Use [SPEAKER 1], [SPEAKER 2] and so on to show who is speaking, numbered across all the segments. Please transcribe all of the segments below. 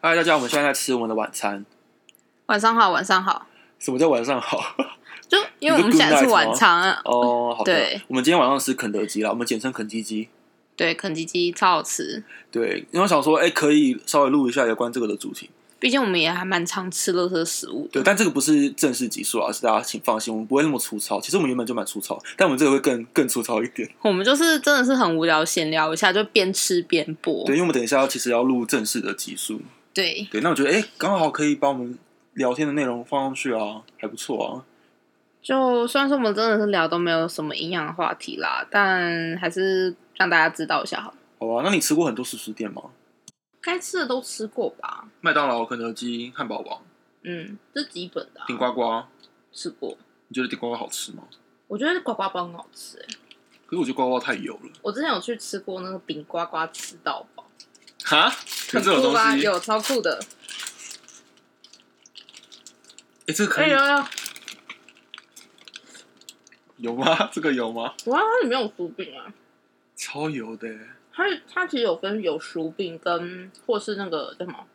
[SPEAKER 1] 嗨，大家，我们现在在吃我们的晚餐。
[SPEAKER 2] 晚上好，晚上好。
[SPEAKER 1] 什么叫晚上好？
[SPEAKER 2] 就因为我们现在是晚餐啊，
[SPEAKER 1] 哦，好的。
[SPEAKER 2] 对，
[SPEAKER 1] 我们今天晚上吃肯德基啦，我们简称肯基基。
[SPEAKER 2] 对，肯基基超好吃。
[SPEAKER 1] 对，因为我想说，哎、可以稍微录一下有关这个的主题。
[SPEAKER 2] 毕竟我们也还蛮常吃乐色食物
[SPEAKER 1] 对，
[SPEAKER 2] 的。
[SPEAKER 1] 但这个不是正式集数啊，是大家请放心，我们不会那么粗糙。其实我们原本就蛮粗糙，但我们这个会更更粗糙一点。
[SPEAKER 2] 我们就是真的是很无聊，闲聊一下，就边吃边播。
[SPEAKER 1] 对，因为我们等一下要其实要录正式的集数。
[SPEAKER 2] 对
[SPEAKER 1] 对，那我觉得，哎、刚好可以把我们聊天的内容放上去啊，还不错啊。
[SPEAKER 2] 就虽然说我们真的是聊都没有什么营养的话题啦，但还是让大家知道一下好了。
[SPEAKER 1] 好吧，那你吃过很多熟食店吗？
[SPEAKER 2] 该吃的都吃过吧？
[SPEAKER 1] 麦当劳、肯德基、汉堡王、
[SPEAKER 2] 嗯，这基本的、啊、
[SPEAKER 1] 顶呱呱，
[SPEAKER 2] 吃过。
[SPEAKER 1] 你觉得顶呱呱好吃吗？
[SPEAKER 2] 我觉得呱呱包很好吃、欸，
[SPEAKER 1] 可是我觉得呱呱太油了。
[SPEAKER 2] 我之前有去吃过那个饼呱呱吃到饱，
[SPEAKER 1] 哈，有这种
[SPEAKER 2] 很酷
[SPEAKER 1] 东
[SPEAKER 2] 吧
[SPEAKER 1] 西？哎、
[SPEAKER 2] 有超酷的，
[SPEAKER 1] 这个可
[SPEAKER 2] 哎
[SPEAKER 1] 以
[SPEAKER 2] 呦，
[SPEAKER 1] 有吗？ 这个有吗？
[SPEAKER 2] 哇，它里面有薯饼啊，
[SPEAKER 1] 超油的欸耶，
[SPEAKER 2] 它它其实有分有薯饼跟或是那个叫什么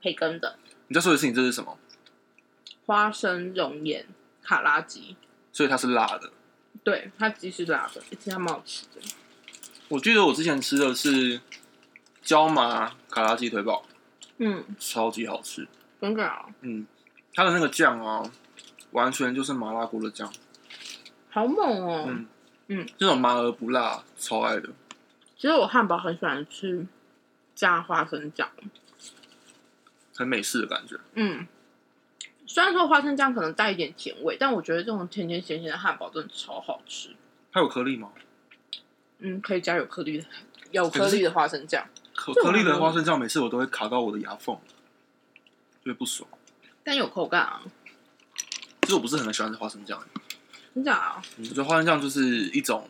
[SPEAKER 2] 培根的
[SPEAKER 1] 你再说一次，你这是什么？
[SPEAKER 2] 花生熔岩卡拉鸡，
[SPEAKER 1] 所以它是辣的。
[SPEAKER 2] 对，它鸡是辣的，其实还蛮好吃的。
[SPEAKER 1] 我记得我之前吃的是椒麻卡拉鸡腿堡，
[SPEAKER 2] 嗯，
[SPEAKER 1] 超级好吃。
[SPEAKER 2] 真的啊，
[SPEAKER 1] 嗯，它的那个酱啊，完全就是麻辣锅的酱。
[SPEAKER 2] 好猛哦、
[SPEAKER 1] 嗯
[SPEAKER 2] 嗯，
[SPEAKER 1] 这种麻而不辣，超爱的。
[SPEAKER 2] 其实我汉堡很喜欢吃加花生酱，
[SPEAKER 1] 很美式的感觉，
[SPEAKER 2] 嗯，虽然说花生酱可能带一点甜味，但我觉得这种甜甜咸咸的汉堡真的超好吃。
[SPEAKER 1] 它有颗粒吗？
[SPEAKER 2] 嗯，可以加有颗粒的，有颗粒的花生酱，
[SPEAKER 1] 颗
[SPEAKER 2] 这种
[SPEAKER 1] 颗粒的花生酱，每次我都会卡到我的牙缝，就会不爽。
[SPEAKER 2] 但有口感啊，
[SPEAKER 1] 其实我不是很喜欢吃花生酱，欸
[SPEAKER 2] 真假啊？
[SPEAKER 1] 我觉得花生酱就是一种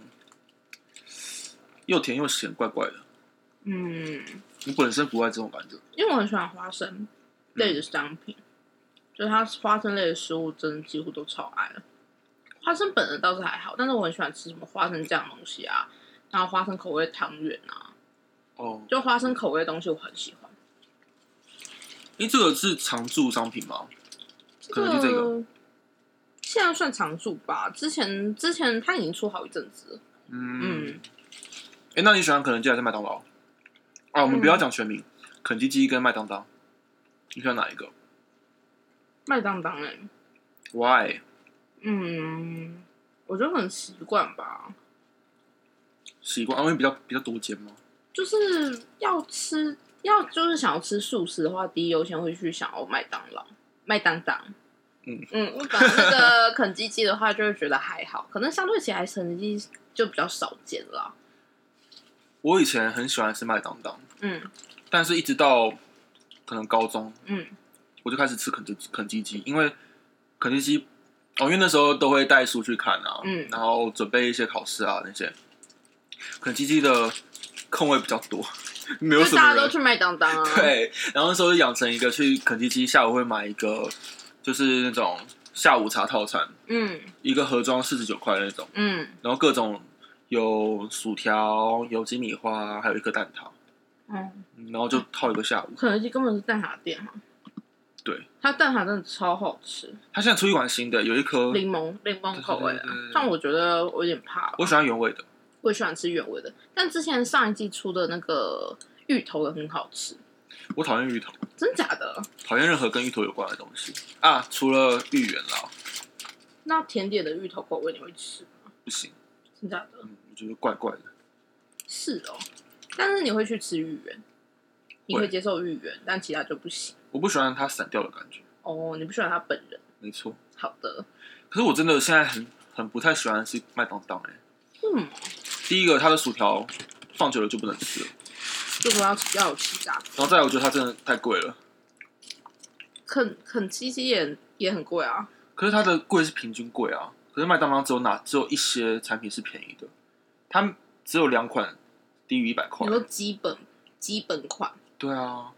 [SPEAKER 1] 又甜又咸，怪怪的。
[SPEAKER 2] 嗯，
[SPEAKER 1] 我本身不爱这种感觉。
[SPEAKER 2] 因为我很喜欢花生类
[SPEAKER 1] 嗯
[SPEAKER 2] 的商品，就是它花生类的食物真的几乎都超爱了。花生本人倒是还好，但是我很喜欢吃什么花生酱的东西啊，然后花生口味的汤圆啊，
[SPEAKER 1] 哦，
[SPEAKER 2] 就花生口味的东西我很喜欢。
[SPEAKER 1] 因为这个是常驻商品吗？可能就这个。
[SPEAKER 2] 现在算常驻吧，之前之前它已经出好一阵子了。
[SPEAKER 1] 嗯，哎、
[SPEAKER 2] 嗯，
[SPEAKER 1] 那你喜欢肯德基还是麦当劳？啊，我们
[SPEAKER 2] 嗯
[SPEAKER 1] 不要讲全名，肯基基跟麦当当，你喜欢哪一个
[SPEAKER 2] 麦当当哎、欸，
[SPEAKER 1] ？Why？
[SPEAKER 2] 嗯，我觉得很习惯吧，
[SPEAKER 1] 习惯，啊因为比较比较多间吗？
[SPEAKER 2] 就是要吃，要就是想要吃素食的话，第一优先会去想要麦当劳、麦当当。
[SPEAKER 1] 嗯
[SPEAKER 2] 嗯，我反正那个肯基基的话，就会觉得还好，可能相对起来肯基基就比较少见了。
[SPEAKER 1] 我以前很喜欢吃麦当当，
[SPEAKER 2] 嗯
[SPEAKER 1] 但是一直到可能高中，
[SPEAKER 2] 嗯，
[SPEAKER 1] 我就开始吃肯德肯基基，因为肯基基哦，因为那时候都会带书去看啊，
[SPEAKER 2] 嗯
[SPEAKER 1] 然后准备一些考试啊那些。肯基基的空位比较多，没有
[SPEAKER 2] 就
[SPEAKER 1] 什
[SPEAKER 2] 大
[SPEAKER 1] 么
[SPEAKER 2] 家都
[SPEAKER 1] 人
[SPEAKER 2] 去。麦当当啊。，
[SPEAKER 1] 对，然后那时候就养成一个去肯基基下午会买一个，就是那种下午茶套餐，
[SPEAKER 2] 嗯
[SPEAKER 1] 一个盒装四十九块那种，
[SPEAKER 2] 嗯，
[SPEAKER 1] 然后各种有薯条、有鸡米花，还有一颗蛋挞，
[SPEAKER 2] 哦，
[SPEAKER 1] 然后就套一个下午。
[SPEAKER 2] 肯德基根本是蛋挞店哈。
[SPEAKER 1] 对，
[SPEAKER 2] 它蛋挞真的超好吃，
[SPEAKER 1] 它现在出一款新的，有一颗
[SPEAKER 2] 柠檬柠檬口味的
[SPEAKER 1] 对对对对。
[SPEAKER 2] 但我觉得我有点怕了。
[SPEAKER 1] 我喜欢原味的。
[SPEAKER 2] 我也喜欢吃原味的，但之前上一季出的那个芋头的很好吃，
[SPEAKER 1] 我讨厌芋头，
[SPEAKER 2] 真假的？
[SPEAKER 1] 讨厌任何跟芋头有关的东西啊，除了芋圆啦，
[SPEAKER 2] 那甜点的芋头口味你会吃吗？
[SPEAKER 1] 不行，
[SPEAKER 2] 真假的？
[SPEAKER 1] 嗯，我觉得怪怪的。
[SPEAKER 2] 是哦，但是你会去吃芋圆，你
[SPEAKER 1] 会
[SPEAKER 2] 会接受芋圆，但其他就不行。
[SPEAKER 1] 我不喜欢它散掉的感觉。
[SPEAKER 2] 哦，你不喜欢他本人？
[SPEAKER 1] 没错，
[SPEAKER 2] 好的，
[SPEAKER 1] 可是我真的现在很很不太喜欢吃麦当当哎、
[SPEAKER 2] 嗯，
[SPEAKER 1] 第一个，它的薯条放久了就不能吃了，
[SPEAKER 2] 就说要吃要有其他，
[SPEAKER 1] 然后再来，我觉得它真的太贵了。
[SPEAKER 2] 肯肯基基也也很贵啊。
[SPEAKER 1] 可是它的贵是平均贵啊，可是麦当当只有哪只有一些产品是便宜的，它只有两款低于一百块
[SPEAKER 2] 你。说基本基本款
[SPEAKER 1] 对啊，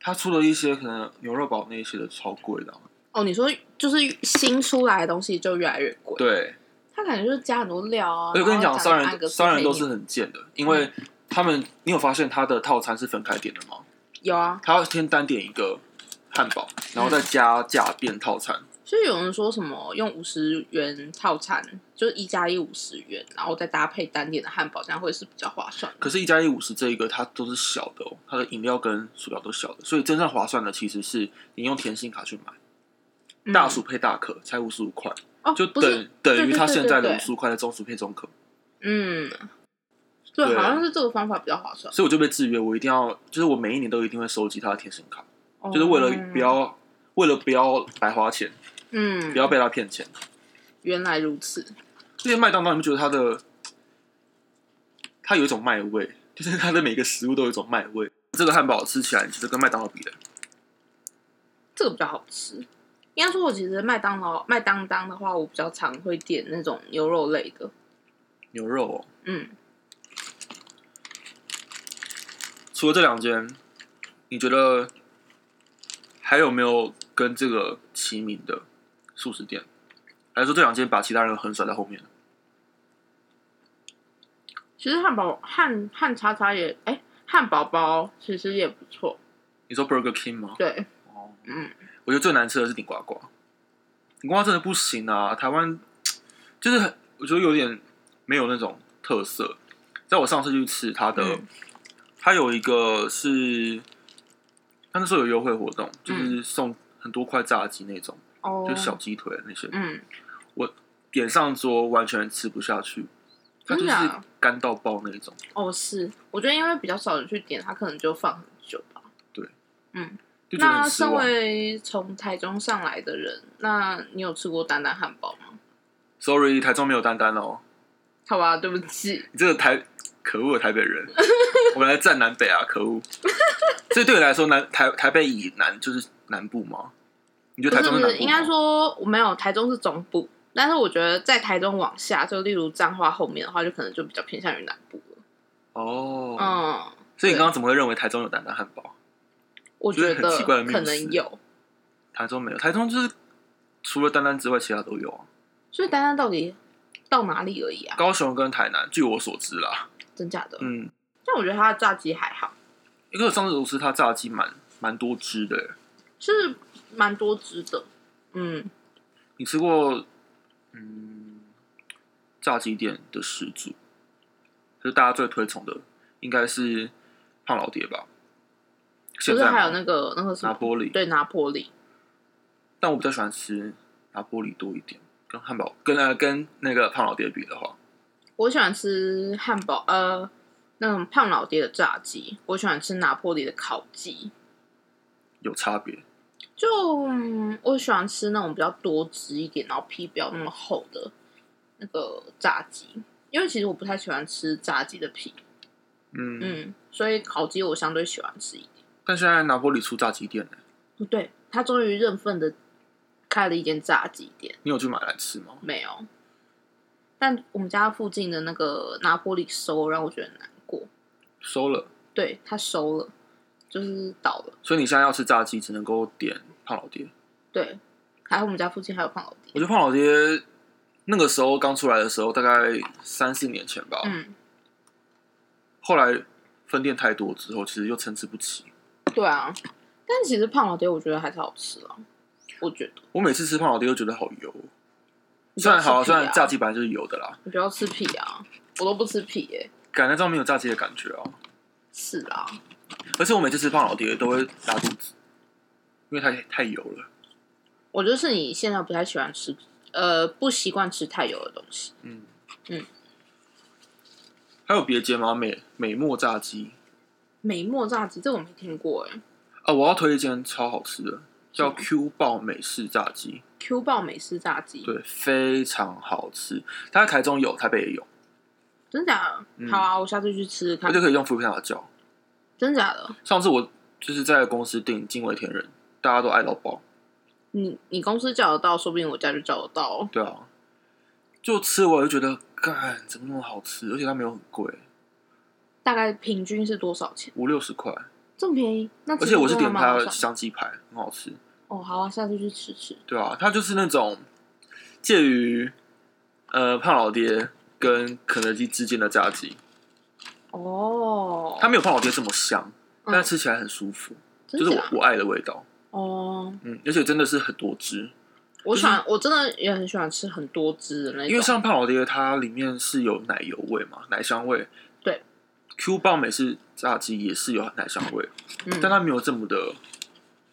[SPEAKER 1] 它出了一些可能牛肉堡那一些的超贵的啊、
[SPEAKER 2] 哦，你说就是新出来的东西就越来越贵，
[SPEAKER 1] 对，
[SPEAKER 2] 他感觉就是加很多料啊。
[SPEAKER 1] 我就跟你
[SPEAKER 2] 然
[SPEAKER 1] 讲，
[SPEAKER 2] 后
[SPEAKER 1] 商
[SPEAKER 2] 按个
[SPEAKER 1] 人商人都
[SPEAKER 2] 配嗯
[SPEAKER 1] 是很贱的，因为他们，你有发现他的套餐是分开点的吗？
[SPEAKER 2] 有啊，
[SPEAKER 1] 它会先单点一个汉堡，然
[SPEAKER 2] 嗯
[SPEAKER 1] 后再加价变套餐。
[SPEAKER 2] 所以有人说什么用五十元套餐，就是一加一五十元，然后再搭配单点的汉堡，这样会是比较划算的。
[SPEAKER 1] 可是，一加一五十这一个它都是小的哦，它的饮料跟薯条都小的，所以真正划算的其实是你用甜心卡去买，
[SPEAKER 2] 嗯
[SPEAKER 1] 大薯配大可才五十五块，
[SPEAKER 2] 哦，
[SPEAKER 1] 就
[SPEAKER 2] 不
[SPEAKER 1] 等
[SPEAKER 2] 是，
[SPEAKER 1] 等于它
[SPEAKER 2] 对对对
[SPEAKER 1] 现在
[SPEAKER 2] 对
[SPEAKER 1] 的
[SPEAKER 2] 对
[SPEAKER 1] 五十五块的中薯配中可。
[SPEAKER 2] 嗯，对，
[SPEAKER 1] 对啊
[SPEAKER 2] 好像是这个方法比较划算，
[SPEAKER 1] 所以我就被制约，我一定要，就是我每一年都一定会收集它的甜心卡，就是为了不
[SPEAKER 2] 哦，
[SPEAKER 1] 要，为了不要白花钱，
[SPEAKER 2] 嗯
[SPEAKER 1] 不，要被他骗钱。
[SPEAKER 2] 原来如此，
[SPEAKER 1] 这些麦当劳，你们觉得它的，它有一种麦味，就是它的每个食物都有一种麦味。这个汉堡吃起来，你觉得跟麦当劳比的，
[SPEAKER 2] 这个比较好吃。应该说，我其实麦当劳、麦当当的话，我比较常会点那种牛肉类的，
[SPEAKER 1] 牛肉、哦，
[SPEAKER 2] 嗯，
[SPEAKER 1] 除了这两间，你觉得还有没有跟这个齐名的素食店？还是说这两间把其他人横甩在后面？
[SPEAKER 2] 其实汉堡汉汉叉叉也，哎、汉堡包其实也不错，
[SPEAKER 1] 你说 Burger King 吗？
[SPEAKER 2] 对，
[SPEAKER 1] 哦，
[SPEAKER 2] 嗯，
[SPEAKER 1] 我觉得最难吃的是顶呱呱，顶呱呱真的不行啊！台湾就是很我觉得有点没有那种特色。在我上次去吃它的，
[SPEAKER 2] 嗯
[SPEAKER 1] 它有一个是，它那时候有优惠活动，就是送很多块炸鸡那种，
[SPEAKER 2] 嗯哦，
[SPEAKER 1] 就小鸡腿那些，
[SPEAKER 2] 嗯，
[SPEAKER 1] 点上桌完全吃不下去，它就
[SPEAKER 2] 真啊假
[SPEAKER 1] 是干到爆那种。
[SPEAKER 2] 哦是，我觉得因为比较少人去点，它可能就放很久吧。
[SPEAKER 1] 就觉得
[SPEAKER 2] 那
[SPEAKER 1] 很失
[SPEAKER 2] 身
[SPEAKER 1] 望。
[SPEAKER 2] 为从台中上来的人，那你有吃过丹丹汉堡吗？
[SPEAKER 1] Sorry，台中没有丹丹哦，
[SPEAKER 2] 好吧，对不起，
[SPEAKER 1] 你这个台可恶的台北 人，我们来站南北啊，可恶！所以对你来说，南台台北以南就是南部吗？你觉
[SPEAKER 2] 不
[SPEAKER 1] 得台
[SPEAKER 2] 是
[SPEAKER 1] 中
[SPEAKER 2] 不
[SPEAKER 1] 南部
[SPEAKER 2] 是，
[SPEAKER 1] 吗
[SPEAKER 2] 应该说我没有，台中是中部，但是我觉得在台中往下，就例如彰化后面的话，就可能就比较偏向于南部了。
[SPEAKER 1] 哦，
[SPEAKER 2] 嗯，
[SPEAKER 1] 所以你刚刚怎么会认为台中有丹丹汉堡？
[SPEAKER 2] 我
[SPEAKER 1] 觉
[SPEAKER 2] 觉
[SPEAKER 1] 得很奇怪的
[SPEAKER 2] 得
[SPEAKER 1] 迷
[SPEAKER 2] 可
[SPEAKER 1] 思
[SPEAKER 2] 能有。
[SPEAKER 1] 台中没有，台中就是除了丹丹之外，其他都有啊。
[SPEAKER 2] 所以丹丹到底到哪里而已啊？
[SPEAKER 1] 高雄跟台南，据我所知啦，
[SPEAKER 2] 真假的？
[SPEAKER 1] 嗯，
[SPEAKER 2] 但我觉得它的炸鸡还好，
[SPEAKER 1] 因为我上次我吃它炸鸡蛮蛮多汁的耶，
[SPEAKER 2] 是蛮多汁的。嗯，
[SPEAKER 1] 你吃过嗯炸鸡店的始祖，就是大家最推崇的，应该是胖老爹吧？
[SPEAKER 2] 不
[SPEAKER 1] 现
[SPEAKER 2] 是
[SPEAKER 1] 在
[SPEAKER 2] 还有
[SPEAKER 1] 吗
[SPEAKER 2] 那个那个什么
[SPEAKER 1] 拿坡里
[SPEAKER 2] 对拿坡里，
[SPEAKER 1] 但我比较喜欢吃拿玻里多一点，跟汉堡跟呃跟那个胖老爹比的话，
[SPEAKER 2] 我喜欢吃汉堡，呃，那种胖老爹的炸鸡，我喜欢吃拿破里的烤鸡，
[SPEAKER 1] 有差别。
[SPEAKER 2] 就、嗯我喜欢吃那种比较多汁一点，然后皮不要那么厚的那个炸鸡，因为其实我不太喜欢吃炸鸡的皮，
[SPEAKER 1] 嗯，
[SPEAKER 2] 嗯，所以烤鸡我相对喜欢吃一点。
[SPEAKER 1] 但现在拿玻里出炸鸡店了，
[SPEAKER 2] 不对，他终于认份的开了一间炸鸡店，
[SPEAKER 1] 你有去买来吃吗？
[SPEAKER 2] 没有。但我们家附近的那个拿破里收让我觉得很难过，
[SPEAKER 1] 收了，
[SPEAKER 2] 对他收了，就是倒了。
[SPEAKER 1] 所以你现在要吃炸鸡只能够点胖老爹。
[SPEAKER 2] 对，还有我们家附近还有胖老
[SPEAKER 1] 我
[SPEAKER 2] 爹。
[SPEAKER 1] 觉得胖老爹那个时候刚出来的时候，大概三四年前吧，
[SPEAKER 2] 嗯，
[SPEAKER 1] 后来分店太多之后，其实又参差不齐。
[SPEAKER 2] 对啊，但其实胖老爹我觉得还是好吃啊，我觉得。
[SPEAKER 1] 我每次吃胖老爹都觉得好油，
[SPEAKER 2] 你不
[SPEAKER 1] 虽
[SPEAKER 2] 要
[SPEAKER 1] 然
[SPEAKER 2] 吃
[SPEAKER 1] 好，
[SPEAKER 2] 屁
[SPEAKER 1] 虽然
[SPEAKER 2] 啊
[SPEAKER 1] 炸鸡本来就是油的啦，
[SPEAKER 2] 你不要吃皮啊，我都不吃皮耶、
[SPEAKER 1] 感觉到没有炸鸡的感觉啊。
[SPEAKER 2] 是啊，
[SPEAKER 1] 而且我每次吃胖老爹都会拉肚子，因为太太油了。
[SPEAKER 2] 我觉得是你现在不太喜欢吃，呃，不习惯吃太油的东西。
[SPEAKER 1] 嗯
[SPEAKER 2] 嗯，
[SPEAKER 1] 还有别间吗？美美墨炸鸡
[SPEAKER 2] 美墨炸鸡这我没听过哎、
[SPEAKER 1] 啊，我要推一间超好吃的，叫
[SPEAKER 2] 什么
[SPEAKER 1] Q 爆美式炸鸡，
[SPEAKER 2] q 爆美式炸鸡，
[SPEAKER 1] 对，非常好吃。它在台中有，台北也有，
[SPEAKER 2] 真假的？
[SPEAKER 1] 嗯
[SPEAKER 2] 好啊，我下次去吃吃
[SPEAKER 1] 而
[SPEAKER 2] 看
[SPEAKER 1] 且。可以用 f o o p a 叫。
[SPEAKER 2] 真假的？
[SPEAKER 1] 上次我就是在公司订惊为天人，大家都爱到爆。
[SPEAKER 2] 你你公司叫得到，说不定我家就叫得到哦。
[SPEAKER 1] 对啊，就吃我就觉得，干怎么那么好吃？而且它没有很贵，
[SPEAKER 2] 大概平均是多少钱？
[SPEAKER 1] 五六十块。
[SPEAKER 2] 这么便宜？那
[SPEAKER 1] 而
[SPEAKER 2] 其
[SPEAKER 1] 且
[SPEAKER 2] 实
[SPEAKER 1] 我是
[SPEAKER 2] 真的
[SPEAKER 1] 点
[SPEAKER 2] 蛮划
[SPEAKER 1] 它的
[SPEAKER 2] 算
[SPEAKER 1] 香鸡排，很好吃。
[SPEAKER 2] 哦，好啊，下次去吃吃。
[SPEAKER 1] 对啊，它就是那种介于呃胖老爹跟肯德基之间的炸鸡，
[SPEAKER 2] 哦，
[SPEAKER 1] 它没有胖老爹这么香，
[SPEAKER 2] 嗯
[SPEAKER 1] 但吃起来很舒服，
[SPEAKER 2] 真
[SPEAKER 1] 就是
[SPEAKER 2] 假
[SPEAKER 1] 我我爱的味道。
[SPEAKER 2] 哦，
[SPEAKER 1] 嗯，而且真的是很多汁，
[SPEAKER 2] 我喜欢，我真的也很喜欢吃很多汁的那种，
[SPEAKER 1] 因为像胖老爹它里面是有奶油味嘛，奶香味。
[SPEAKER 2] 对
[SPEAKER 1] ，Q 棒美式炸鸡也是有奶香味，
[SPEAKER 2] 嗯
[SPEAKER 1] 但它没有这么的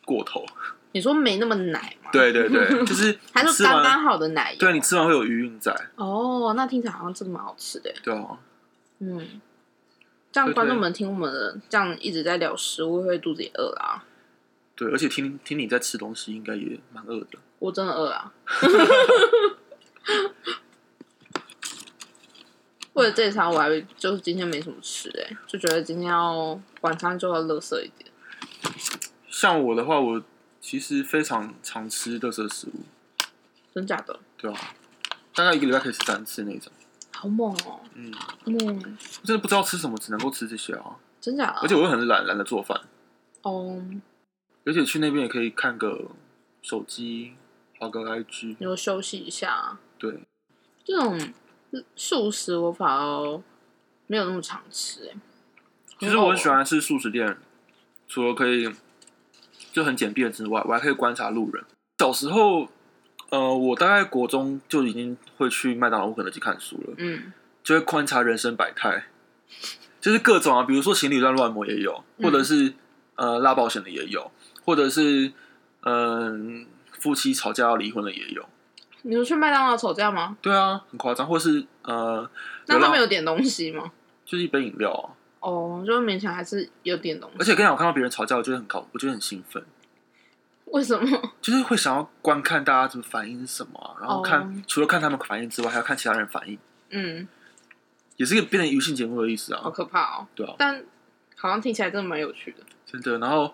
[SPEAKER 1] 过头。
[SPEAKER 2] 你说没那么奶嘛，，
[SPEAKER 1] 对对 对，就是
[SPEAKER 2] 还
[SPEAKER 1] 你
[SPEAKER 2] 是
[SPEAKER 1] 吃
[SPEAKER 2] 刚
[SPEAKER 1] 完，
[SPEAKER 2] 刚好的奶油，
[SPEAKER 1] 对你吃完会有余韵在，
[SPEAKER 2] 哦，那听起来好像真的蛮好吃的耶，
[SPEAKER 1] 对啊，
[SPEAKER 2] 嗯，这样
[SPEAKER 1] 对对
[SPEAKER 2] 观众们听我们的这样一直在聊食物，会肚子也饿啊啦，
[SPEAKER 1] 对，而且听听你在吃东西，应该也蛮饿的。
[SPEAKER 2] 我真的饿啊啦。 为了这一餐，我还就是今天没什么吃哎、就觉得今天要晚餐就要乐色一点。
[SPEAKER 1] 像我的话，我其实非常常吃特色食物，
[SPEAKER 2] 真假的？
[SPEAKER 1] 对啊，大概一个礼拜可以吃三次那种。
[SPEAKER 2] 好猛哦、
[SPEAKER 1] 嗯，
[SPEAKER 2] 嗯，
[SPEAKER 1] 真的不知道吃什么，只能够吃这些啊。
[SPEAKER 2] 真假的？
[SPEAKER 1] 而且我又很懒，懒得做饭，
[SPEAKER 2] 哦，
[SPEAKER 1] 而且去那边也可以看个手机，划个 IG，
[SPEAKER 2] 你就休息一下。
[SPEAKER 1] 对，
[SPEAKER 2] 这种素食我反而没有那么常吃哎、
[SPEAKER 1] 其实我很喜欢吃素食店，除了可以就很简便之外，我还可以观察路人。小时候，呃，我大概国中就已经会去麦当劳、肯德基看书了，
[SPEAKER 2] 嗯，
[SPEAKER 1] 就会观察人生百态，就是各种啊，比如说情侣乱乱摸也有，或
[SPEAKER 2] 嗯
[SPEAKER 1] 者是、呃拉保险的也有，或者是嗯、夫妻吵架要离婚的也有。
[SPEAKER 2] 你说去麦当劳吵架吗？
[SPEAKER 1] 对啊，很夸张，或是呃，
[SPEAKER 2] 那他
[SPEAKER 1] 浪
[SPEAKER 2] 们有点东西吗？
[SPEAKER 1] 就是一杯饮料啊，
[SPEAKER 2] 哦，就勉强还是有点东
[SPEAKER 1] 而
[SPEAKER 2] 西。
[SPEAKER 1] 且跟你讲，我看到别人吵架，我觉得很高，我觉得很兴奋。
[SPEAKER 2] 为什么？
[SPEAKER 1] 就是会想要观看大家怎么反应是什么啊、然后看、
[SPEAKER 2] 哦
[SPEAKER 1] 除了看他们反应之外，还要看其他人反应，
[SPEAKER 2] 嗯，
[SPEAKER 1] 也是一个变成娱乐性节目的意思
[SPEAKER 2] 好
[SPEAKER 1] 啊，
[SPEAKER 2] 可怕哦。
[SPEAKER 1] 对啊，
[SPEAKER 2] 但好像听起来真的蛮有趣的。
[SPEAKER 1] 真的。然后，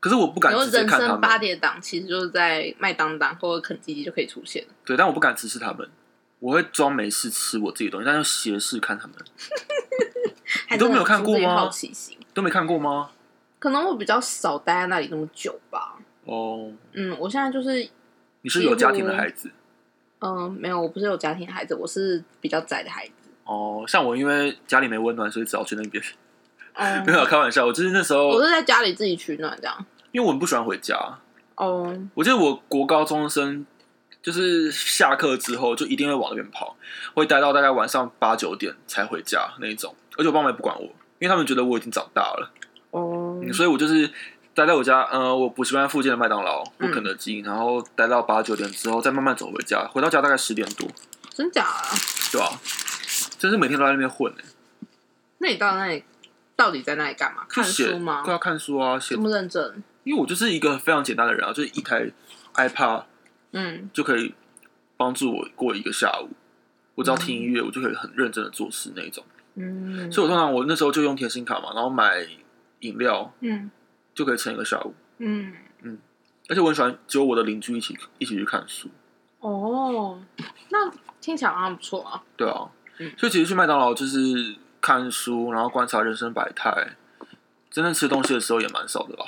[SPEAKER 1] 可是我不敢
[SPEAKER 2] 然后
[SPEAKER 1] 直接
[SPEAKER 2] 人
[SPEAKER 1] 看他
[SPEAKER 2] 生八
[SPEAKER 1] 们，
[SPEAKER 2] 点档其实就是在麦当当或者肯基基就可以出现。
[SPEAKER 1] 对，但我不敢直视他们，我会装没事吃我自己的东西，但用斜视看他们，
[SPEAKER 2] 还
[SPEAKER 1] 你都
[SPEAKER 2] 真的
[SPEAKER 1] 没有看
[SPEAKER 2] 出
[SPEAKER 1] 过
[SPEAKER 2] 自于
[SPEAKER 1] 吗
[SPEAKER 2] 好奇心，
[SPEAKER 1] 都没看过吗？
[SPEAKER 2] 可能我比较少待在那里那么久吧。
[SPEAKER 1] 哦，
[SPEAKER 2] 嗯，我现在就是
[SPEAKER 1] 你是有家庭的孩子
[SPEAKER 2] 嗯，没有，我不是有家庭的孩子，我是比较宅的孩子。
[SPEAKER 1] 哦，像我因为家里没温暖，所以只好去那边。
[SPEAKER 2] 嗯
[SPEAKER 1] 没，有开玩笑，我就是那时候
[SPEAKER 2] 我，是在家里自己取暖这样。
[SPEAKER 1] 因为我很不喜欢回家，
[SPEAKER 2] 哦，
[SPEAKER 1] 我记得我国高中生就是下课之后就一定会往那边跑，会待到大概晚上八九点才回家那一种，而且我爸妈也不管我，因为他们觉得我已经长大了，
[SPEAKER 2] 哦，
[SPEAKER 1] 嗯所以我就是待在我家，呃，我补习班附近的麦当劳或
[SPEAKER 2] 嗯
[SPEAKER 1] 肯德基，然后待到八九点之后再慢慢走回家，回到家大概十点多，
[SPEAKER 2] 真假啊？
[SPEAKER 1] 对吧、真是每天都在那边混、欸，
[SPEAKER 2] 那你到那里到底在那里干嘛？看
[SPEAKER 1] 写
[SPEAKER 2] 书吗
[SPEAKER 1] 对？啊，看书啊，写
[SPEAKER 2] 这，么认真？
[SPEAKER 1] 因为我就是一个非常简单的人啊，就是一台 iPad
[SPEAKER 2] 嗯，
[SPEAKER 1] 就可以帮助我过一个下午。我只要听音乐，我就可以很认真的做事那一种。
[SPEAKER 2] 嗯，
[SPEAKER 1] 所以我通常我那时候就用甜心卡嘛，然后买饮料
[SPEAKER 2] 嗯
[SPEAKER 1] 就可以撑一个下午。
[SPEAKER 2] 嗯，
[SPEAKER 1] 而且我很喜欢只有我的邻居一起一起去看书，
[SPEAKER 2] 哦，那听起来好像不错啊。
[SPEAKER 1] 对啊。
[SPEAKER 2] 嗯
[SPEAKER 1] 所以其实去麦当劳就是看书，然后观察人生百态。真正吃东西的时候也蛮少的啦，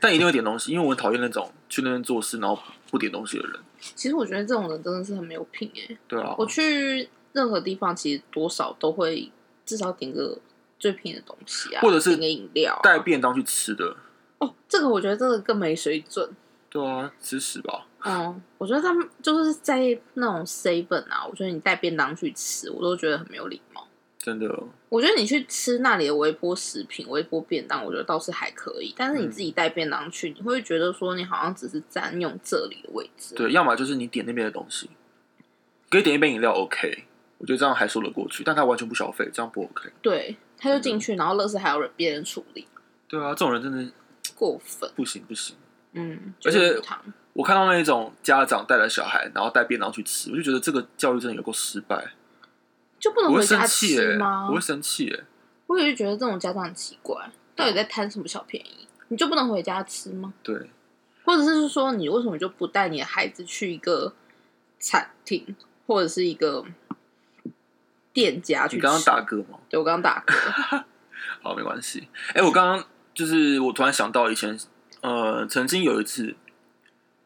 [SPEAKER 1] 但一定会点东西，因为我很讨厌那种去那边做事然后不点东西的人。
[SPEAKER 2] 其实我觉得这种人真的是很没有品哎、
[SPEAKER 1] 对啊，
[SPEAKER 2] 我去任何地方，其实多少都会至少点个最便宜的东西啊，
[SPEAKER 1] 或者是
[SPEAKER 2] 点个饮料啊、
[SPEAKER 1] 带便当去吃的，
[SPEAKER 2] 哦，这个我觉得真的更没水准。
[SPEAKER 1] 对啊，吃屎吧。
[SPEAKER 2] 嗯，我觉得他们就是在那种 seven 啊，我觉得你带便当去吃，我都觉得很没有礼貌。
[SPEAKER 1] 真的，
[SPEAKER 2] 我觉得你去吃那里的微波食品、微波便当，我觉得倒是还可以。但是你
[SPEAKER 1] 嗯
[SPEAKER 2] 自己带便当去，你会觉得说你好像只是占用这里的位置。
[SPEAKER 1] 对，要么就是你点那边的东西，可以点一杯饮料，OK，我觉得这样还说得过去，但他完全不消费，这样不 OK。
[SPEAKER 2] 对，他就进去，然后乐事还要别人处理，
[SPEAKER 1] 对啊，这种人真的
[SPEAKER 2] 过分。
[SPEAKER 1] 不行不行。
[SPEAKER 2] 嗯，
[SPEAKER 1] 而且
[SPEAKER 2] 觉得很烫
[SPEAKER 1] 我看到那一种家长带着小孩，然后带便当去吃，我就觉得这个教育真的有够失败，
[SPEAKER 2] 就不能
[SPEAKER 1] 我会
[SPEAKER 2] 回
[SPEAKER 1] 生
[SPEAKER 2] 家
[SPEAKER 1] 气耶、
[SPEAKER 2] 吃吗？
[SPEAKER 1] 我会生气耶、
[SPEAKER 2] 我也是觉得这种家长很奇怪，到底在贪什么小便宜？你就不能回家吃吗？
[SPEAKER 1] 对，
[SPEAKER 2] 或者是说，你为什么就不带你的孩子去一个餐厅或者是一个店家去
[SPEAKER 1] 你
[SPEAKER 2] 吃？
[SPEAKER 1] 刚刚打嗝吗？
[SPEAKER 2] 对我刚刚打嗝，
[SPEAKER 1] 好，没关系。哎、我刚刚就是我突然想到以前，呃，曾经有一次，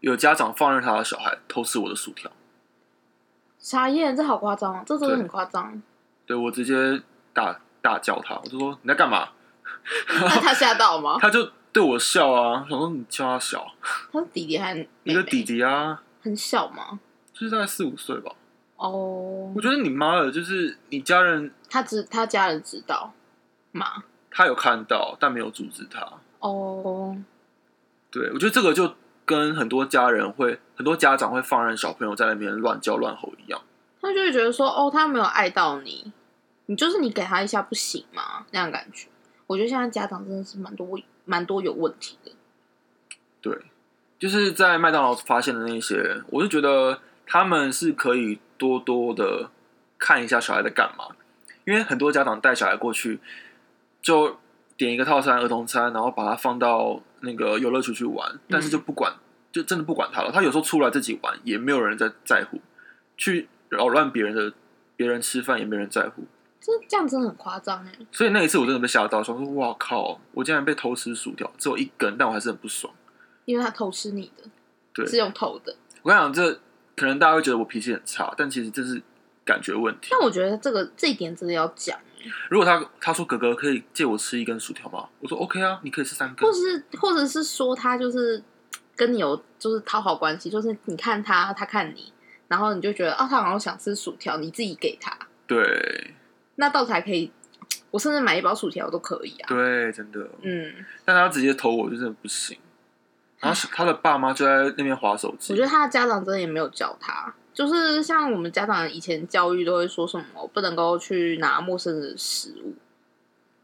[SPEAKER 1] 有家长放任他的小孩偷吃我的薯条，
[SPEAKER 2] 傻眼，这好夸张哦，这真的很夸张。
[SPEAKER 1] 对我直接大大叫他，我就说你在干嘛？
[SPEAKER 2] 那他吓到吗？
[SPEAKER 1] 他就对我笑啊，想说你叫他小，
[SPEAKER 2] 他是弟弟还是
[SPEAKER 1] 一
[SPEAKER 2] 妹
[SPEAKER 1] 个
[SPEAKER 2] 妹？
[SPEAKER 1] 弟弟啊，
[SPEAKER 2] 很小吗？
[SPEAKER 1] 就是大概四五岁吧。
[SPEAKER 2] 哦
[SPEAKER 1] 我，觉得你妈的，就是你家人
[SPEAKER 2] 他知他家人知道吗？
[SPEAKER 1] 他有看到，但没有阻止他。
[SPEAKER 2] 哦，
[SPEAKER 1] 对我觉得这个就跟很多家人会、很多家长会放任小朋友在那边乱叫乱吼一样。
[SPEAKER 2] 他就会觉得说，哦，他没有爱到你，你就是你给他一下不行吗？那样感觉。我觉得现在家长真的是蛮多蛮多有问题的。
[SPEAKER 1] 对，就是在麦当劳发现的那些，我就觉得他们是可以多多的看一下小孩在干嘛，因为很多家长带小孩过去就点一个套餐儿童餐，然后把它放到那个游乐区去玩，但是就不管，就真的不管他了。他有时候出来自己玩，也没有人在在乎，去扰乱别人的别人吃饭也没人在乎。
[SPEAKER 2] 这这样真的很夸张哎！
[SPEAKER 1] 所以那一次我真的被吓到，想说哇靠，我竟然被偷吃薯条，只有一根，但我还是很不爽。
[SPEAKER 2] 因为他偷吃你的，
[SPEAKER 1] 对
[SPEAKER 2] 是用偷的。
[SPEAKER 1] 我跟你讲，这可能大家会觉得我脾气很差，但其实这是感觉问题。
[SPEAKER 2] 但我觉得这个这一点真的要讲，
[SPEAKER 1] 嗯如果他他说哥哥可以借我吃一根薯条吗？我说 OK 啊，你可以吃三根
[SPEAKER 2] 或。是或者是说他就是跟你有就是讨好关系，就是你看他，他看你，然后你就觉得啊，他好像想吃薯条，你自己给他，
[SPEAKER 1] 对
[SPEAKER 2] 那到时候还可以，我甚至买一包薯条都可以啊。
[SPEAKER 1] 对，真的。
[SPEAKER 2] 嗯，
[SPEAKER 1] 但他直接投我，就真的不行。然后他的爸妈就在那边划手机。
[SPEAKER 2] 我觉得他的家长真的也没有教他，就是像我们家长以前教育都会说什么不能够去拿陌生人的食物，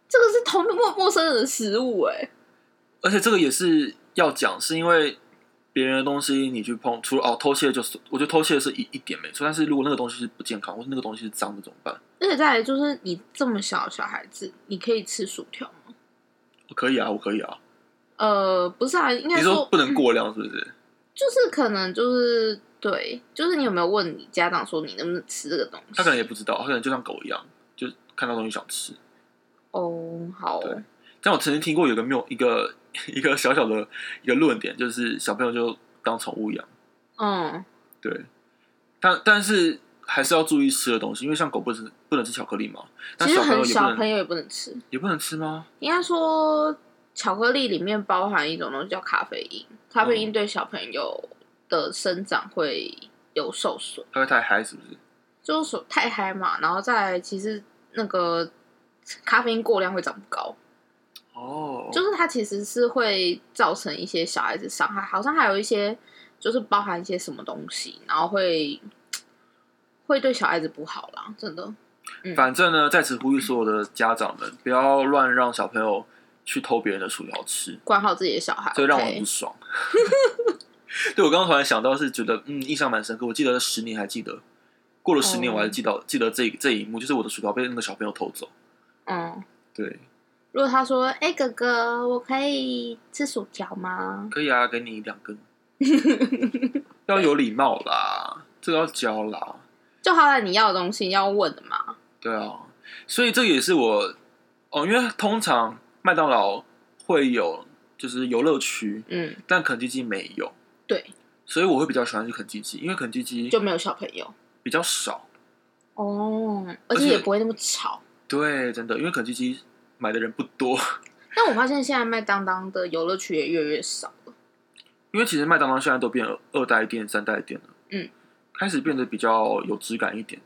[SPEAKER 2] 这个是同陌陌生人的食物哎、
[SPEAKER 1] 而且这个也是要讲，是因为别人的东西你去碰，除了哦偷窃就是，我觉得偷窃是一一点没错，但是如果那个东西是不健康，或是那个东西是脏的怎么办？
[SPEAKER 2] 而且再来就是你这么小的小孩子，你可以吃薯条吗？
[SPEAKER 1] 我可以啊，我可以啊。
[SPEAKER 2] 呃，不是啊，应
[SPEAKER 1] 你
[SPEAKER 2] 该
[SPEAKER 1] 说不能过量是不是？
[SPEAKER 2] 就是可能就是对，就是你有没有问你家长说你能不能吃这个东西？
[SPEAKER 1] 他可能也不知道，他可能就像狗一样，就看到东西想吃。
[SPEAKER 2] 哦，好哦
[SPEAKER 1] 对但我曾经听过有个谬一个一个小小的一个论点，就是小朋友就当宠物养，
[SPEAKER 2] 嗯，
[SPEAKER 1] 对，但但是还是要注意吃的东西，因为像狗不能不能吃巧克力嘛，但
[SPEAKER 2] 其实
[SPEAKER 1] 小朋友
[SPEAKER 2] 很
[SPEAKER 1] 也不
[SPEAKER 2] 小
[SPEAKER 1] 能
[SPEAKER 2] 朋友也不能吃，
[SPEAKER 1] 也不能吃吗？
[SPEAKER 2] 应该说巧克力里面包含一种东西叫咖啡因，咖啡
[SPEAKER 1] 嗯
[SPEAKER 2] 因对小朋友的生长会有受损，
[SPEAKER 1] 它会太嗨是不是？
[SPEAKER 2] 就是说太嗨嘛，然后再来其实那个咖啡因过量会长不高。
[SPEAKER 1] 哦，
[SPEAKER 2] 就是它其实是会造成一些小孩子伤害，好像还有一些就是包含一些什么东西，然后会会对小孩子不好啦，真的。
[SPEAKER 1] 反正呢，在此呼吁所有的家长们，不要乱让小朋友去偷别人的薯条吃，
[SPEAKER 2] 管好自己的小孩，
[SPEAKER 1] 这让我很
[SPEAKER 2] OK
[SPEAKER 1] 不爽。 对，我刚刚突然想到，是觉得嗯，印象蛮深刻。我记得十年还记得，过了十年
[SPEAKER 2] 哦
[SPEAKER 1] 我还记得、记得这这一幕，就是我的薯条被那个小朋友偷走。
[SPEAKER 2] 嗯。
[SPEAKER 1] 对，
[SPEAKER 2] 如果他说：“哎、哥哥，我可以吃薯条吗
[SPEAKER 1] 可以啊，给你两根，要有礼貌啦，这个要教啦。？”
[SPEAKER 2] 就好歹你要的东西要问的嘛。
[SPEAKER 1] 对啊，所以这也是我哦，因为通常麦当劳会有就是游乐区，
[SPEAKER 2] 嗯，
[SPEAKER 1] 但肯基基没有，
[SPEAKER 2] 对，
[SPEAKER 1] 所以我会比较喜欢去肯基基，因为肯基基
[SPEAKER 2] 就没有小朋友
[SPEAKER 1] 比较少。
[SPEAKER 2] 哦，而
[SPEAKER 1] 而
[SPEAKER 2] 且
[SPEAKER 1] 且
[SPEAKER 2] 也不会那么吵。
[SPEAKER 1] 对，真的，因为肯基基买的人不多，
[SPEAKER 2] 但我发现现在麦当当的游乐区也越来越少了。
[SPEAKER 1] 因为其实麦当劳现在都变二二代店、三代店了，
[SPEAKER 2] 嗯，
[SPEAKER 1] 开始变得比较有质感一点。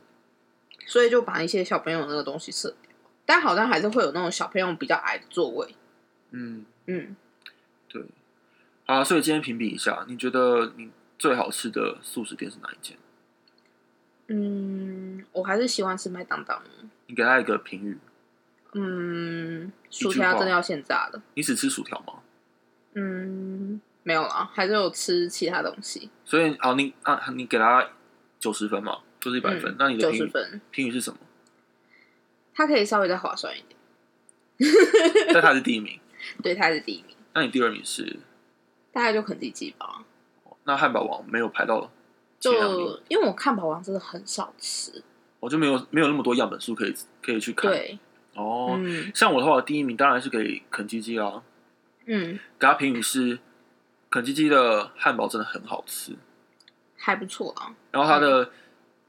[SPEAKER 2] 所以就把一些小朋友那个东西撤掉，但好像还是会有那种小朋友比较矮的座位。
[SPEAKER 1] 嗯，
[SPEAKER 2] 嗯，
[SPEAKER 1] 好啊，所以今天评比一下，你觉得你最好吃的素食店是哪一间？
[SPEAKER 2] 嗯，我还是喜欢吃麦当当。
[SPEAKER 1] 你给他一个评语。
[SPEAKER 2] 嗯，
[SPEAKER 1] 句话
[SPEAKER 2] 薯条真的要现炸的。
[SPEAKER 1] 你只吃薯条吗？
[SPEAKER 2] 嗯，没有啦，还是有吃其他东西。
[SPEAKER 1] 所以好，你啊，你给他九十分嘛，就是一百分。那你的
[SPEAKER 2] 嗯九
[SPEAKER 1] 评
[SPEAKER 2] 十
[SPEAKER 1] 语
[SPEAKER 2] 分，
[SPEAKER 1] 评语是什么？
[SPEAKER 2] 它可以稍微再划算一点。
[SPEAKER 1] 但他是第一名，
[SPEAKER 2] 对，它是第一名，
[SPEAKER 1] 那你第二名是？
[SPEAKER 2] 大概就肯德基吧。
[SPEAKER 1] 那汉堡王没有排到前两名，
[SPEAKER 2] 就因为我看宝王真的很少吃，
[SPEAKER 1] 我就没有没有那么多样本数可以可以去看。
[SPEAKER 2] 对，
[SPEAKER 1] 哦，
[SPEAKER 2] 嗯
[SPEAKER 1] 像我的话，第一名当然是给肯基基啦，
[SPEAKER 2] 嗯，
[SPEAKER 1] 给他评语是肯基基的汉堡真的很好吃，
[SPEAKER 2] 还不错啊。
[SPEAKER 1] 然后它的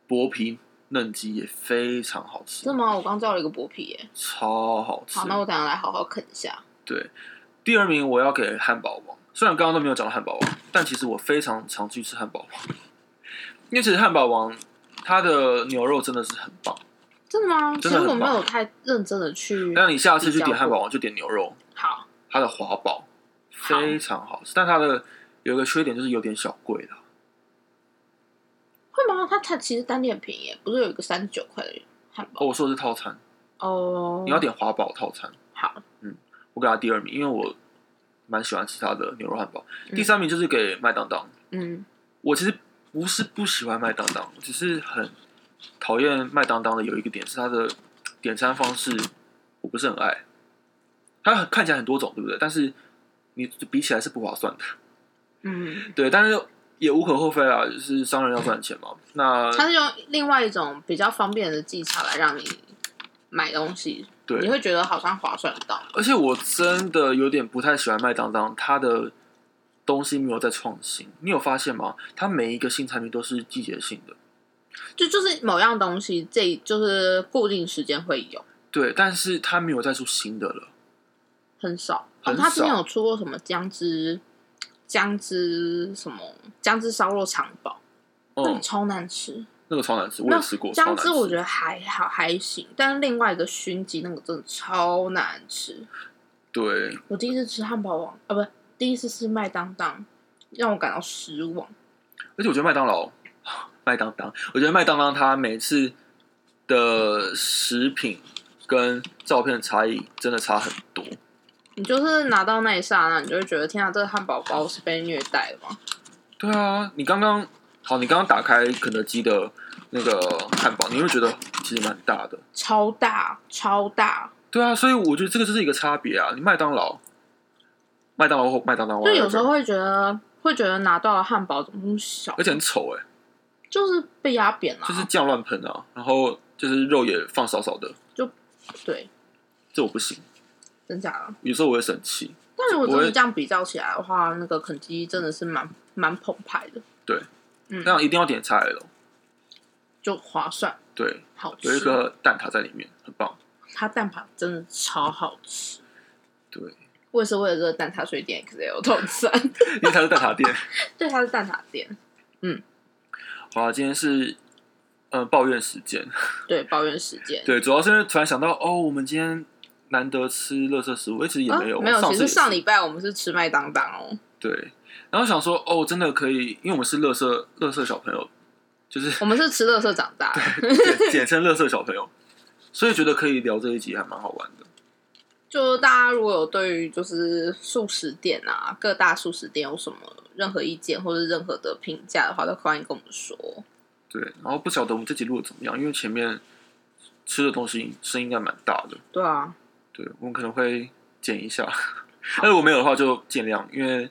[SPEAKER 1] 薄皮嫩鸡也非常好吃
[SPEAKER 2] 真，的吗？我刚叫了一个薄皮耶。
[SPEAKER 1] 超好吃
[SPEAKER 2] 好，。那我等一下来好好啃一下。
[SPEAKER 1] 对，第二名我要给汉堡王。虽然刚刚都没有讲到汉堡王，但其实我非常常去吃汉堡王，因为其实汉堡王它的牛肉真的是很棒。
[SPEAKER 2] 真的吗？其
[SPEAKER 1] 真的
[SPEAKER 2] 实
[SPEAKER 1] 很
[SPEAKER 2] 我没
[SPEAKER 1] 棒
[SPEAKER 2] 有太认真的去。
[SPEAKER 1] 那你下次去点汉堡王就点牛肉，
[SPEAKER 2] 好，
[SPEAKER 1] 它的华堡
[SPEAKER 2] 好
[SPEAKER 1] 非常好吃，但它的有一个缺点就是有点小贵了。
[SPEAKER 2] 会吗？它它其实单点便宜耶，不是有一个三十九块的汉堡
[SPEAKER 1] 哦，我说的是套餐，
[SPEAKER 2] 哦？
[SPEAKER 1] 你要点华堡套餐，嗯
[SPEAKER 2] 好，
[SPEAKER 1] 我给它第二名，因为我蛮喜欢吃它的牛肉汉堡。
[SPEAKER 2] 嗯
[SPEAKER 1] 第三名就是给麦当当，
[SPEAKER 2] 嗯，
[SPEAKER 1] 我其实不是不喜欢麦当当，我只是很讨厌麦当当的有一个点是它的点餐方式，我不是很爱。它很看起来很多种，对不对？但是你比起来是不划算的，
[SPEAKER 2] 嗯，
[SPEAKER 1] 对。但是也无可厚非啦，就是商人要赚钱嘛。那
[SPEAKER 2] 它是用另外一种比较方便的技巧来让你买东西，你
[SPEAKER 1] 对，
[SPEAKER 2] 会觉得好像划算得到。
[SPEAKER 1] 而且我真的有点不太喜欢麦当当，它的东西没有在创新。你有发现吗？它每一个新产品都是季节性的，
[SPEAKER 2] 就就是某样东西，这就是固定时间会有，
[SPEAKER 1] 对，但是它没有再出新的了。
[SPEAKER 2] 很少。
[SPEAKER 1] 很
[SPEAKER 2] 哦，它之前
[SPEAKER 1] 少
[SPEAKER 2] 有出过什么姜汁、姜汁什么姜汁烧肉肠堡，那
[SPEAKER 1] 嗯
[SPEAKER 2] 个，超难吃。
[SPEAKER 1] 那个超难吃，我
[SPEAKER 2] 那
[SPEAKER 1] 也吃过，超
[SPEAKER 2] 姜
[SPEAKER 1] 难吃。
[SPEAKER 2] 汁我觉得还好还行，但是另外一个熏鸡那个真的超难吃。
[SPEAKER 1] 对，
[SPEAKER 2] 我第一次吃汉堡王啊，不，第一次吃麦当当，让我感到失望。
[SPEAKER 1] 而且我觉得麦当劳， 麦当当，我觉得麦当当它每次的食品跟照片的差异真的差很多。
[SPEAKER 2] 你就是拿到那一刹那，你就会觉得天啊，这个汉堡包是被虐待了吗？
[SPEAKER 1] 对啊，你刚刚好，你刚刚打开肯德基的那个汉堡，你会觉得其实蛮大的。
[SPEAKER 2] 超大超大，
[SPEAKER 1] 对啊，所以我觉得这个就是一个差别啊。你麦当劳，麦当劳或麦当当，
[SPEAKER 2] 就有时候会觉得会觉得拿到的汉堡怎么那么小
[SPEAKER 1] 而，且很丑哎、
[SPEAKER 2] 就是被压扁了、
[SPEAKER 1] 就是酱乱喷啊，然后就是肉也放少少的，
[SPEAKER 2] 对，
[SPEAKER 1] 这我不行，
[SPEAKER 2] 真假的。
[SPEAKER 1] 有时候我会生气。
[SPEAKER 2] 但如果真
[SPEAKER 1] 我
[SPEAKER 2] 的
[SPEAKER 1] 会
[SPEAKER 2] 这样比较起来的话，那个肯基真的是蛮蛮澎湃的，
[SPEAKER 1] 那样一定要点 XL，
[SPEAKER 2] 就划算，
[SPEAKER 1] 对，
[SPEAKER 2] 好吃。
[SPEAKER 1] 有一个蛋挞在里面，很棒。
[SPEAKER 2] 它蛋挞真的超好吃。
[SPEAKER 1] 对，
[SPEAKER 2] 我也是为了这个蛋挞所以点 XL 套餐。
[SPEAKER 1] 因为它是蛋挞 店。
[SPEAKER 2] 对，它是蛋挞店。
[SPEAKER 1] 好啦，今天是呃抱怨时间，
[SPEAKER 2] 对，抱怨时间。
[SPEAKER 1] 对，主要是因为突然想到，哦，我们今天难得吃垃圾食物，诶其实也
[SPEAKER 2] 啊
[SPEAKER 1] 没有，
[SPEAKER 2] 没有，
[SPEAKER 1] 上
[SPEAKER 2] 其
[SPEAKER 1] 次也
[SPEAKER 2] 实
[SPEAKER 1] 是
[SPEAKER 2] 上礼拜我们是吃麦当当哦，
[SPEAKER 1] 对，然后想说，哦，真的可以，因为我们是垃圾垃圾小朋友，就是
[SPEAKER 2] 我们是吃乐色长大的，
[SPEAKER 1] 对简称垃圾小朋友，所以觉得可以聊这一集还蛮好玩的。
[SPEAKER 2] 就大家如果有对于就是素食店啊，各大素食店有什么任何意见或者任何的评价的话，都欢迎跟我们说。
[SPEAKER 1] 对，然后不晓得我们这集录的怎么样，因为前面吃的东西声音应该蛮大的。
[SPEAKER 2] 对啊，
[SPEAKER 1] 对，我们可能会剪一下。但如果没有的话，就尽量，因为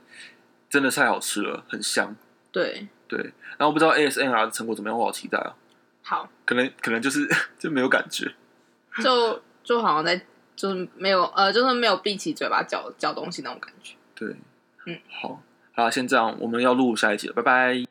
[SPEAKER 1] 真的太好吃了，很香。
[SPEAKER 2] 对，
[SPEAKER 1] 对，然后不知道 ASMR 的成果怎么样，我好期待啊！
[SPEAKER 2] 好，
[SPEAKER 1] 可能可能就是 就没有感觉。
[SPEAKER 2] 就就好像在就是没有呃，就是没有闭起嘴巴嚼嚼东西那种感觉。
[SPEAKER 1] 对，
[SPEAKER 2] 嗯，
[SPEAKER 1] 好，好啦，先这样，我们要录下一集了，拜拜。